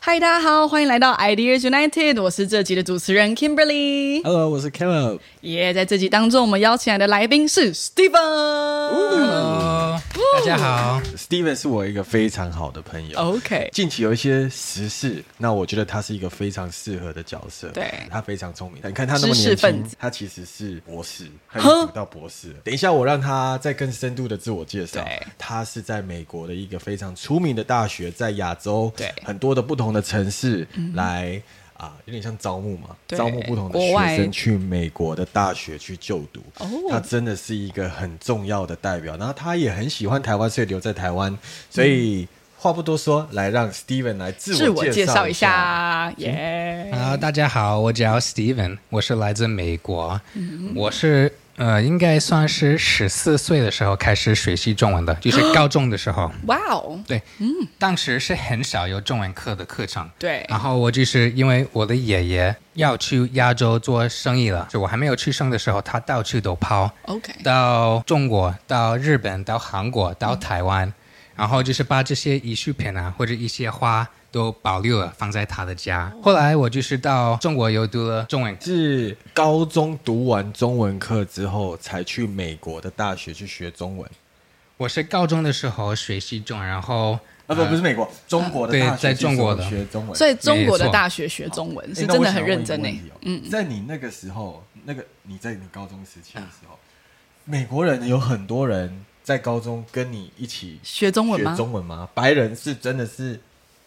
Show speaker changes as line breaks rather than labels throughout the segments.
嗨，大家好，欢迎来到 Ideas United，我是这集的主持人 Kimberly。
Hello，我是 Caleb。
耶、在这集当中，我们邀请来的来宾是 Steven。
Hello，大家好。
Steven 是我一个非常好的朋友。
OK，
近期有一些时事，那我觉得他是一个非常适合的角色。
对
他非常聪明。你看他那么
知识
年
分
轻
子，
他其实是博士，他已经读到博士了。等一下，我让他再更深度的自我介绍
对。
他是在美国的一个非常出名的大学，在亚洲
对嗯
很多的不同的城市来。啊，有点像招募嘛，
对
招募不同的
国
学
外
生去美国的大学去就读。
哦
他真的是一个很重要的代表。然后他也很喜欢台湾，所以留在台湾。所以话不多说，来让 Steven 来
嗯自
自
我
我
介绍
绍
一
下。嗯
下，耶、
啊，大家好，我叫 Steven，我是来自美国，我是呃，应该算是十四岁的时候开始学习中文的，就是高中的时候。
哇哦，
对，嗯，当时是很少有中文课的课程。
对
然后我就是因为我的爷爷要去亚洲做生意了，就我还没有出生的时候，他到处都跑，
，OK，
到中国、到日本、到韩国、到台湾，然后就是把这些艺术品啊或者一些花都保留了，放在他的家。后来我就是到中国又读了中文，
是高中读完中文课之后，才去美国的大学去学中文。
我是高中的时候学习中文，然后
啊，不，不是美国，中国的
对
大学
在
去
中国的
学中文。
所以中国的
没错
大学学中文
诶
是
哎那
真
我
的
想
很
问
认
一个
真
问
呢
题哦。
嗯，
在你那个时候，那个你在你高中时期的时候，美国人有很多人在高中跟你一起
学中文
学
吗？
中文吗？白人是真的是喜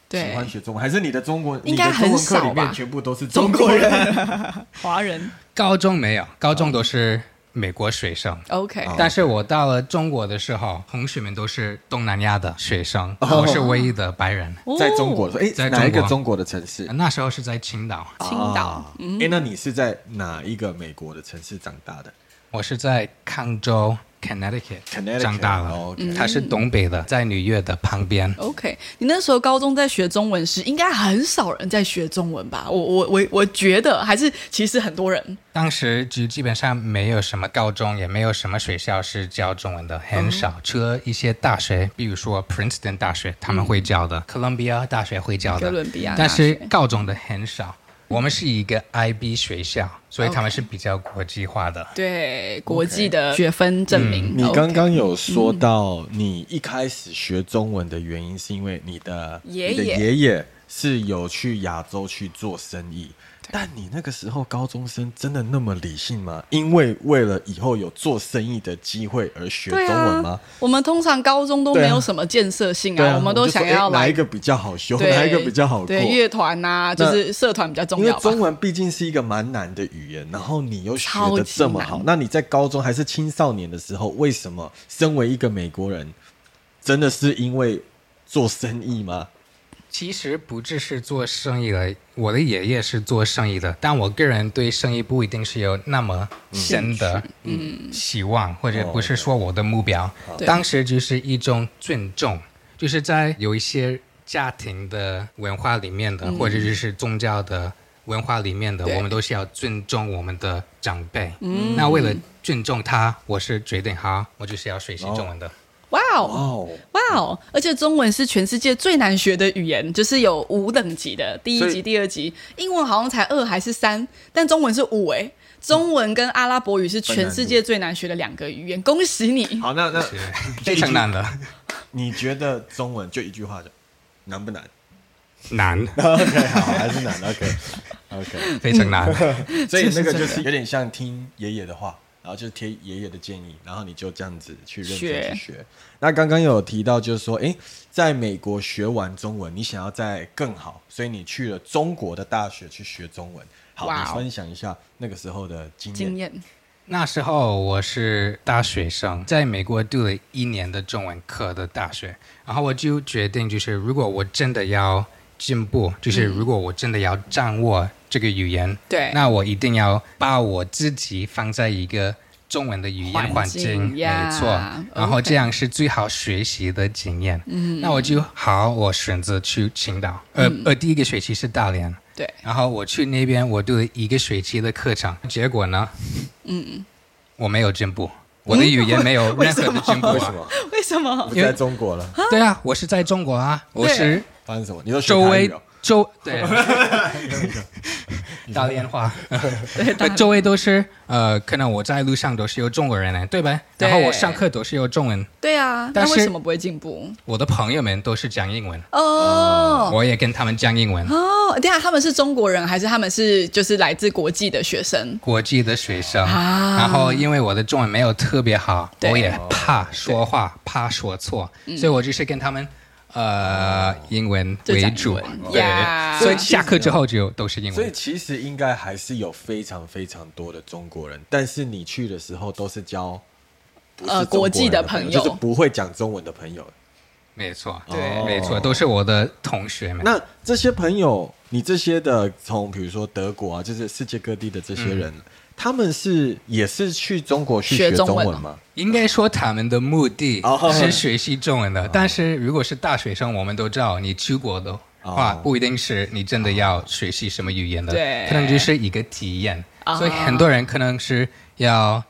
对，
欢学中文，还是你的中国
应该
你的中文课
很少
里
吧
面全部都是中国人？
华人。
高中没有，高中都是美国学生。
OK，、
哦
但是我到了中国的时候，同学们都是东南亚的学生，我是唯一的白人。
哦
在中国，哎、
在中国
哪一个中国的城市？
那时候是在青岛，
青岛嗯
啊哎、那你是在哪一个美国的城市长大的
我是在康州 （Connecticut）
？Connecticut
长大了。
哦，OK
嗯
它是东北的，在纽约的旁边。
OK，你那时候高中在学中文时，应该很少人在学中文吧？我我我我觉得还是其实很多人。
当时就基本上没有什么高中，也没有什么学校是教中文的，很
哦
少。除了一些大学，比如说 Princeton 大学他们会教的，哥伦比亚大学会教的，
嗯哥伦比亚大学
但是高中的很少。我们是一个 IB 学校，所以他们是比较国际化的。
对国际的学分证明。
嗯你
嗯 OK
刚刚有说到，你一开始学中文的原因是因为你的
爷
你的
爷
爷爷是有去亚洲去做生意。但你那个时候高中生真的那么理性吗？因为为了以后有做生意的机会而学中
对
文
啊
吗？，
我们通常高中都
对啊
没有什么建设性
对
啊，
啊，
我们都
就说
想要
诶哪
来
一个比较好修，
对
哪一个比较好过。
对乐团呐，就
那
是社团比较重
因为
要吧
中。文毕竟是一个蛮难的语言，然后你又学
超
的
级
这么好
难，
那你在高中还是青少年的时候，为什么身为一个美国人，真的是因为做生意吗？
其实不只是做生意的，我的爷爷是做生意的，但我个人对生意不一定是有那么深的嗯希望，或者不是说我的目标。
对
当时就是一种尊重，就是在有一些家庭的文化里面的，或者就是宗教的文化里面的，
对
我们都是要尊重我们的长辈。那为了尊重他，我是决定好，我就是要学习中文的。
哇
哇
哦！
哦，
哇哦！而且中文是全世界最难学的语言，就是有五等级的，第一
所
级、
以
第二级。英文好像才二还是三，但中文是五哎、中文跟阿拉伯语是全世界最难学的两个语言，恭喜你！
好，那那
是非常难的，
你觉得中文就一句话讲难 不难
难，
哦？OK，好，还是难。OK，OK，、
非常难。
所以那个
这
就是是有点像听爷爷的话，然后就是听爷爷的建议，然后你就这样子去认真
学
去学。那刚刚有提到，就是说，诶，在美国学完中文，你想要再更好，所以你去了中国的大学去学中文。好，
哇哦
你分享一下那个时候的经验。
经验
那时候我是大学生，在美国读了一年的中文课的大学，然后我就决定，就是如果我真的要进步，就是如果我真的要掌握这个语言，
嗯对
那我一定要把我自己放在一个中文的语言
环
环
境
境，
呀
没错，然后这样是最好学习的经验。嗯，那我就好，我选择去青岛，呃、
嗯
呃，第一个学期是大连，
对，
然后我去那边，我读了一个学期的课程，结果呢，嗯，我没有进步，我的语言没有任何的进步
为
啊
什。 么
为什么
不？
因为
在中国了？
对啊，我是在中国啊，我是
发生什么？你说学
周
台语
围
哦
周对，打电话，
对，大
周围都是呃，可能我在路上都是有中国人嘞，对吧？
对
然后我上课都是有中文，
对啊，
但
那
是
为什么不会进步？
我的朋友们都是讲英文，
哦
我也跟他们讲英文。
哦，对啊，他们是中国人还是他们是就是来自国际的学生？
国际的学生，
啊
然后因为我的中文没有特别好，
对嗯
我也怕说话，怕说错，所以我就是跟他们呃英文
就
为
讲
主
英文，呀
对，所以下课之后就都是英
所以
文。
其实应该还是有非常非常多的中国人，但是你去的时候都是交不是
呃
中国
国际
人的
的
朋
朋
就是
友
不会讲中文的朋友。
没错，
对
没错，都是我的同学们。
那这些朋友，你这些的从比如说德国啊，就是世界各地的这些人，
嗯
他们是也是去中国去
学
学
中文
文
哦
吗？
应该说他们的目的
哦
是学习中文的，但是如果是大学生，我们都知道，你出国的话，
哦
不一定是你真的要学习什么语言的，
对
可能就是一个体验。
啊
所以很多人可能是要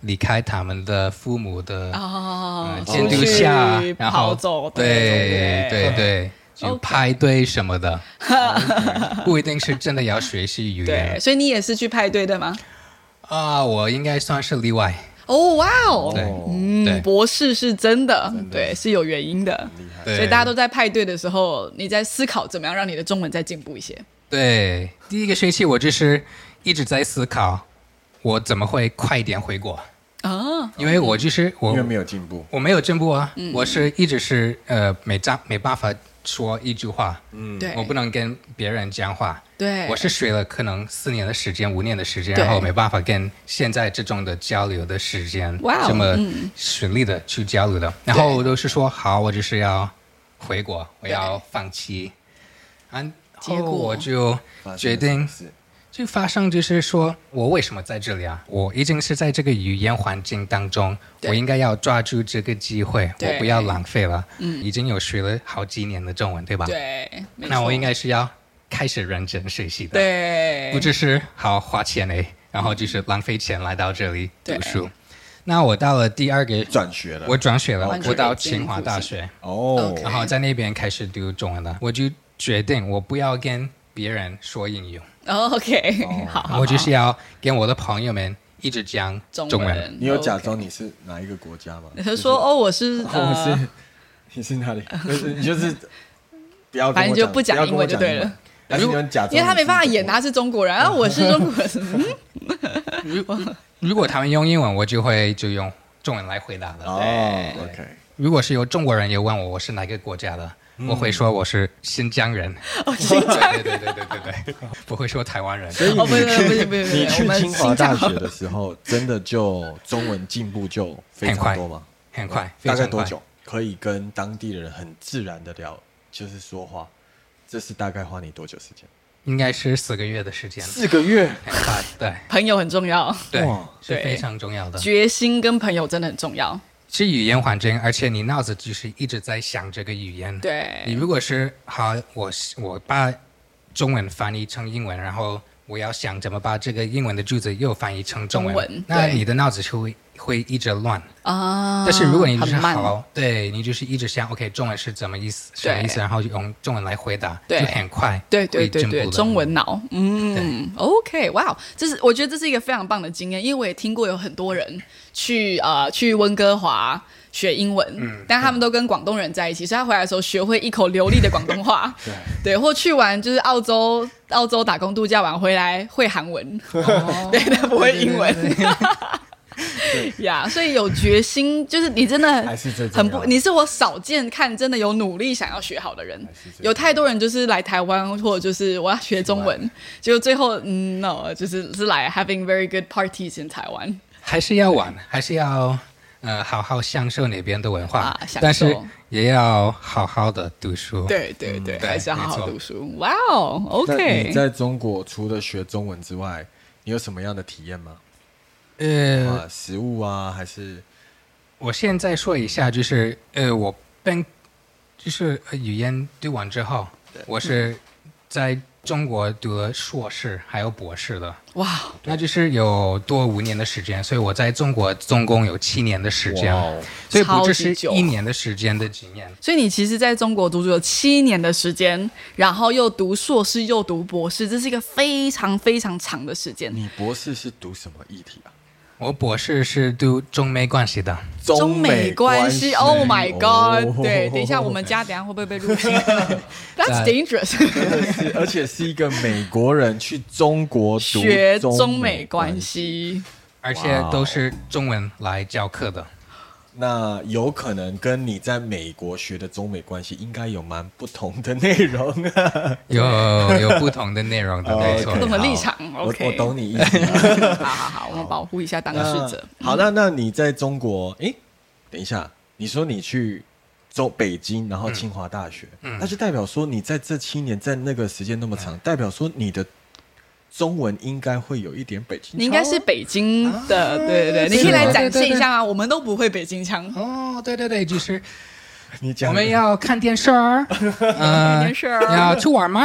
离开他们的父母的
哦
呃，监
出
督
去
下，然后
跑走，
对
对
对对，就
OK
派对什 么的，不一定是真的要学习语
对，
言
所以你也是去派对的吗？
啊。我应该算是例外，
哦，哇哦，
对
哦，
对
嗯，博士是真的，对，是有原因的。
厉害。
对
所以大家都在派对的时候，你在思考怎么样让你的中文再进步一些。
对，第一个学期我就是一直在思考，我怎么会快一点回国？
啊，
因为我就是我
因为没有进步，
我没有进步啊，
嗯
我是一直是呃没办没办法说一句话，
嗯，
对，
我不能跟别人讲话。
对，
我是学了可能四年的时间、五年的时间，
对
然后没办法跟现在这种的交流的时间
哇哦
这么
嗯
顺利的去交流的。然后我都是说好，我就是要回国，我要放弃。然后
结果
我就决定
是
就发生就是说我为什么在这里啊？我已经是在这个语言环境当中，
对
我应该要抓住这个机会，
对
我不要浪费了。嗯，已经有学了好几年的中文，对吧？。
对，没
啊那我
错
应该是要开始认真学习的。。
对，
不只是好花钱嘞，然后就是浪费钱来到这里
对
读书。那我到了第二个，
转学了。
我转学了
完，全
我到
北京
清华
附
大
近
学，
哦
OK
然后在那边开始读中文了。我就决定我不要跟别人说英语，
哦 OK，
哦
好 好，
我就是
好
要跟我的朋友们一直讲
中
文。
文，
你有假
OK
装你是哪一个国家吗？
他 说：“哦，我是
就是，哦 我
呃，
是你 是哪里？就是你就是不要跟我讲，
反正就不讲
要跟我
英文就对了
英文。但是你们假装，
因为他没办法演，他是中国人，啊，我是嗯中国人， 嗯
如果他们用英文，我就会就用中文来回答了。
哦
对
，OK，
如果是有中国人也问我我是哪个国家的，我会说我是新疆人。
哦，新疆
对对对对对对，不会说台湾人。
所以
哦，不是不是不是不是，
你
我
去
们
清华
新
大
疆
学的时候，真的就中文进步就非
很
常
快
多吗？
很快，非
大概
常
多
快。
久可以跟当地的人很自然的聊，就是说话？这是大概花你多久时间？
应该是四个月的时间，
四个月。
很快，对
朋友很重要，
对
哇，
是
对
非常重要的，
决心跟朋友真的很重要。
是语言环境，而且你脑子就是一直在想这个语言。，你
对，
如果是好，我我把中文翻译成英文，然后我要想怎么把这个英文的句子又翻译成中文，
中文
那
对
你的脑子就会会一直乱。
啊，
但是如果你就是
很慢，
好，对你就是一直想，OK，中文是怎么意思，什么意思，
对
然后就用中文来回答，
对
就很快，
对对对
会进
对，
步的
中文脑，嗯，OK，哇、这是我觉得这是一个非常棒的经验，因为我也听过有很多人去呃去温哥华学英文，但他们都跟广东人在一起，所以他回来的时候学会一口流利的广东话，对或去完就是澳洲澳洲打工度假完回来会韩文， 对，但不会英文。 呀所以有决心，就是你真的
还是最重
很
要
不，你是我少见看真的有努力想要学好的人
是最，重要
有太多人就是来台湾或者就是我要学中文，结果最后嗯 no，就是是来 having very good parties in 台湾
还是要玩，还是要呃好好享受那边的文化，
啊享受
但是也要好好的读书。，
对对对，
对
还是要好
没
好
错
读书。哇哦
那你
，OK，
在中国除了学中文之外，你有什么样的体验吗？
呃，
啊，食物啊，还是
我现在说一下，就是呃，我本就是呃语言读完之后，我是在中国读了硕士还有博士的，
哇，
那就是有多五年的时间，所以我在中国总共有七年的时间
哇哦，
所以不只
超级
是
久
一年的时间的经验。
所以你其实在中国读书有七年的时间，然后又读硕士又读博士，这是一个非常非常长的时间。
你博士是读什么议题啊？
我博士是读中美关系的，
中美关系，Oh my God！、
哦
对，等一下我们家等一下会不会被入侵 ？That's
在
dangerous。
真的是，而且是一个美国人去中国读
学中
中
美关
关。
系，
而且都是中文来教课的。
那有可能跟你在美国学的中美关系应该有蛮不同的内容啊。
有有不同的内 容的，没错
不。同的
好
立场
我
OK
我懂你意思。
好好好，我们保护一下当事
那
嗯
者。
好，那那你在中国？诶，等一下，你说你去中北京，然后清华大学，那就代表说你在这七年，在那个时间那么
嗯
长，代表说你的中文应该会有一点北京腔。
你应该是北京的，对对对，你可以
是吗
来展现
对对对
一下啊，我们都不会北京腔，
哦，啊对对对，就是
你讲
我们要看电视 儿，
看
嗯
电，视儿
要去玩吗？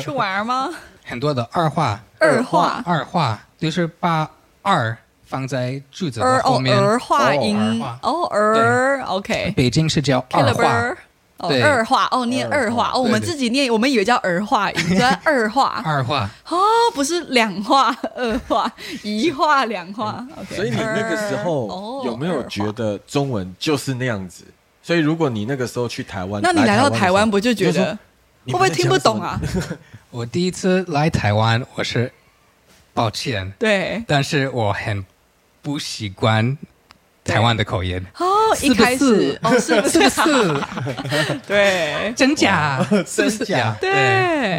去玩儿吗？
很多的二话，
二话
二话就是把二放在句子
儿
的
哦
后面。
儿化音
哦儿化
哦儿，OK，
北京是叫
开
二
了啵
话，
儿。哦，
对
二化哦，念二
二化
化哦，我们
对对
自己念，我们以为叫儿化音，原来二化
二话。
哦，不是两化、二化、一化、两化。OK，
所以你那个时
哦
候有没有觉
得？
得中文就是那样子？所以如果你那个时候去台湾，
那你来到台湾不就觉
你就
得
说
会不会听不懂啊？？
我第一次来台湾，我是抱歉，
对，
但是我很不习惯台湾的口音，
哦，一
是不
开始
是
哦， 是不
是 不
是？
是？
对
真假？是不
真
是
假
对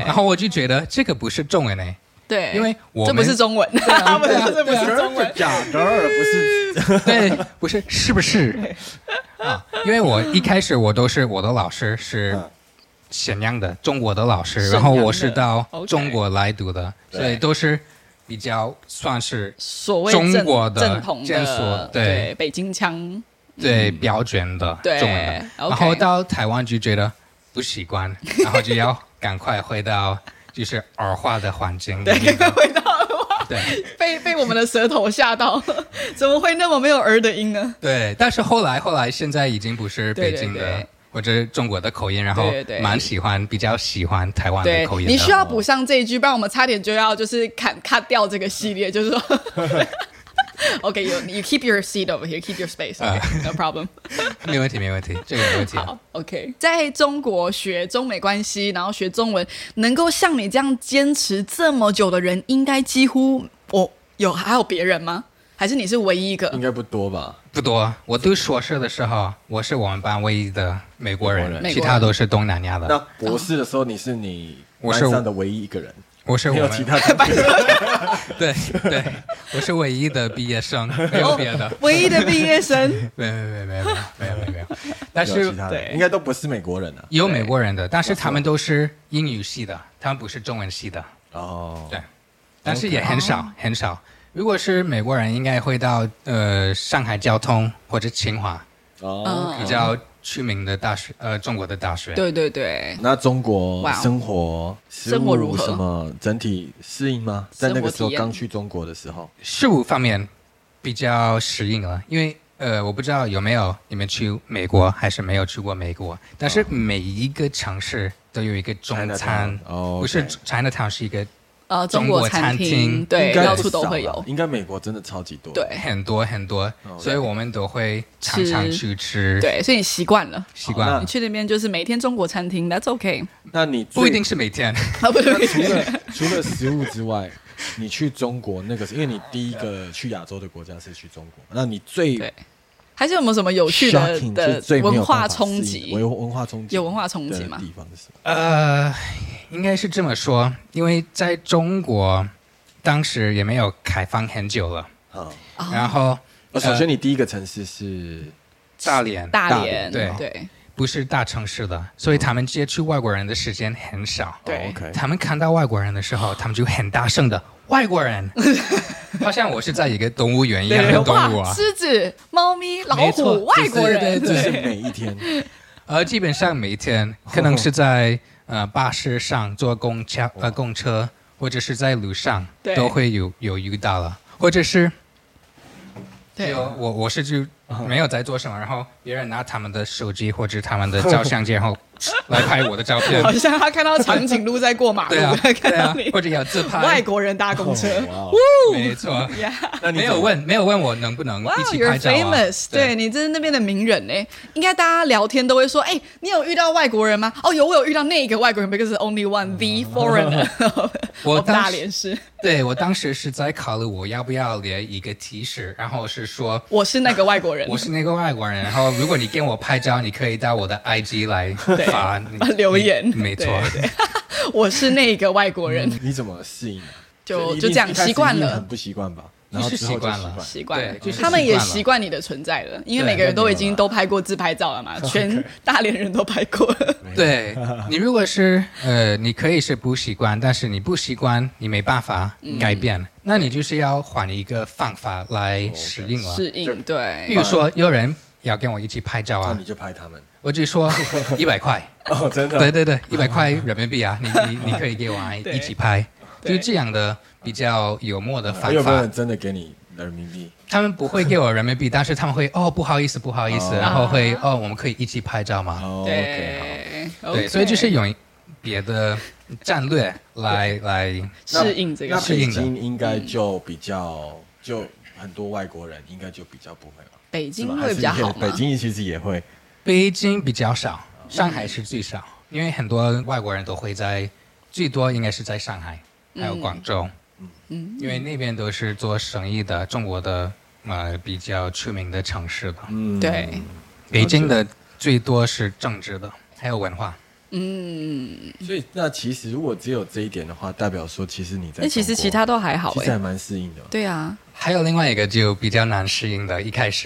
然后我就觉得这个不是中文诶，
对，
因为我
这不
们
是中文，
啊
他们
对啊
这不是
对啊
中文，
假的，不是
对，不是，是不是？啊，因为我一开始我都是我的老师是
嗯
沈阳的中国的老师，
沈
然后
阳
我
的
是到
OK
中国来读的，
对
所以都是比较算是
所谓
中
正
国的
正统
正
的
所对
北京腔，
对标准的
对
中文的。
OK
然后到台湾就觉得不习惯，然后就要赶快回到就是儿化的环境里面。
回到了话
对
被被我们的舌头吓到， 怎么会那么没有儿的音呢？
对，但是后来后来现在已经不是
对
北
对
京的。
对
或者是中国的口音，然后
对对
蛮喜欢，比较喜欢台湾的
对
口音的。
你需要补上这一句，不然我们差点就要就是砍砍掉这个系列，就是说。OK, you you keep your seat over here, keep your space. Okay, no problem.
没问题，没问题，这个没问题。
好，OK，在中国学中美关系，然后学中文，能够像你这样坚持这么久的人，应该几乎我、有还有别人吗？还是你是唯一一
应
个
该不多吧？
不多。我读硕士的时候，我是我们班唯一的美国人，
美国
人
其他都是东南亚
那
的。
博士的时候，你是你
我
班
是
上的唯一一个人，
我是
没
我
有
们
其他 同学。
对对，我是唯一的毕 业生，没有别的，
唯一的毕业 生？
没有没有没有没有没有没有没有。但
没有
是
其他
对
人应该都不是美国人啊。
也有美国人的，但是他们都是英语系的，他们不是中文系的，
哦，
对，但是也很少很少。如果是美国人，应该会到呃上海交通或者清华
哦，
嗯
比，较出名的大学，呃中国的大学。
对对对，
那中国
哇哦
生活、食物
生活如何
什么整体适应吗？在那个
生
时
活
候
体验
刚去中国的时候，
事物方面比较适应了，因为呃，我不知道有没有你们去美国，还是没有去过美国，但
哦
是每一个城市都有一个中餐
Chinatown，，哦，
不是
OK
China Town 是一个
呃，中
中
国
国
餐
餐厅
对，
应该
到
不
处都
少
会
啦
有。
应该美国真的超级多。
对
很多很多，
哦 OK
所以我们都会常常去吃，
对，所以你习惯了，
习
好
惯
那
你去那边就是每天中国餐厅，That's OK。
哦那你最
不一定是每天，
啊，不对，不
除
对
了 除了食物之外，你去中国那个是，因为你第一个去亚洲的国家是去中国，那你 最
对还是有没有什么有趣的
shocking 就是
的
最没有
文
办
化
法
冲
适应
击？
文文化冲击
有文化冲击
的
吗
地方是什么？
呃，应该是这么说，因为在中国当时也没有开放很久了，
啊，
哦
然后
呃首先你第一个城市是
大连
大
大
连，
连
对
对
对
不是大城市的，所以他们接触外国人的时间很少。
对
哦，OK，
他们看到外国人的时候，他们就很大声的外 国人，好像我是在一个动物园一样的
对，
动物
哇，
啊。
狮子、猫咪、老
没错
虎、外国人，
对 对
这
对
是每一天
呃，基本上每天可能是在呃巴士上、坐公车呃公车，或者是在路上
对
都会有有遇到了，或者是
对
就我我是就没有在做什么，然后别人拿他们的手机或者他们的照相机，然 后来拍我的照片
好，像他看到长颈鹿在过马路，
对啊
看
对
到
啊
你，
或者有自
外
拍，哦
国人搭公车。
哦哇
没错，
那你
没
怎
有
么
问没有问我能不能
哇
一起
，You're
拍照啊
famous！对你真是那边的名人呢。应该大家聊天都会说，哎、你有遇到外国人吗？哦，有，我有遇到那个外国人，because only one the foreigner。
哦 我当时
大连市，
对我当时是在考虑我要不要连一个 T 恤，然后是说
我是那个外国人
我。是那个外国人，然后如果你跟我拍照，你可以到我的 IG 来发你
留言
你没错，嗯
对 我是那个外国人，
你怎么适应啊？
就
一定
就这样
一开始
习惯
一定
了
很不习惯吧？然后
就是
之后
习惯
就
了
习惯了
对，就是
他们也习
习
惯你的存在了，因为
对
每个人都已经都拍过自拍照了 嘛，全大连人都拍过了。
对你如果是呃，你可以是不习惯，但是你不习惯，你没办法
嗯
改变，那你就是要换一个方法
哦
来适应了。
适应
比
对，
如说有人要跟我一起拍照
那
啊
你，就拍他们
我 就说一百块。
哦，真的
对对对，一百块人民币啊，你你你可以给我啊，
对
一起拍，就
对
是这样的比较幽默的方
还有没有
法
人。真的给你人民币？
他们不会给我人民币，但是他们会哦不好意思不好意思，
哦
然后会哦我们可以一起拍照吗？
哦，OK，
对，
对，
OK
所以就是有别的战略来来，
好。
适应这
那
个嗯
那
事。
适
北
应的
京应该就比较就很多外国人应该就比较不会吧？
北京
是吧
会比较好
还是也
吗
北？京其实也会
北京比较少，上海是最少，因为很多外国人都会在，最多应该是在上海，还有广州，嗯，因为那边都是做生意的，中国的呃比较出名的城市吧。
嗯
对，
北京的最多是政治的，还有文化。
嗯，
所以那其实如果只有这一点的话，代表说其实你在
那其实
中国
其他都还好
其实还
哎。
蛮适应的。
对啊，
还有另外一个就比较难适应的，一开始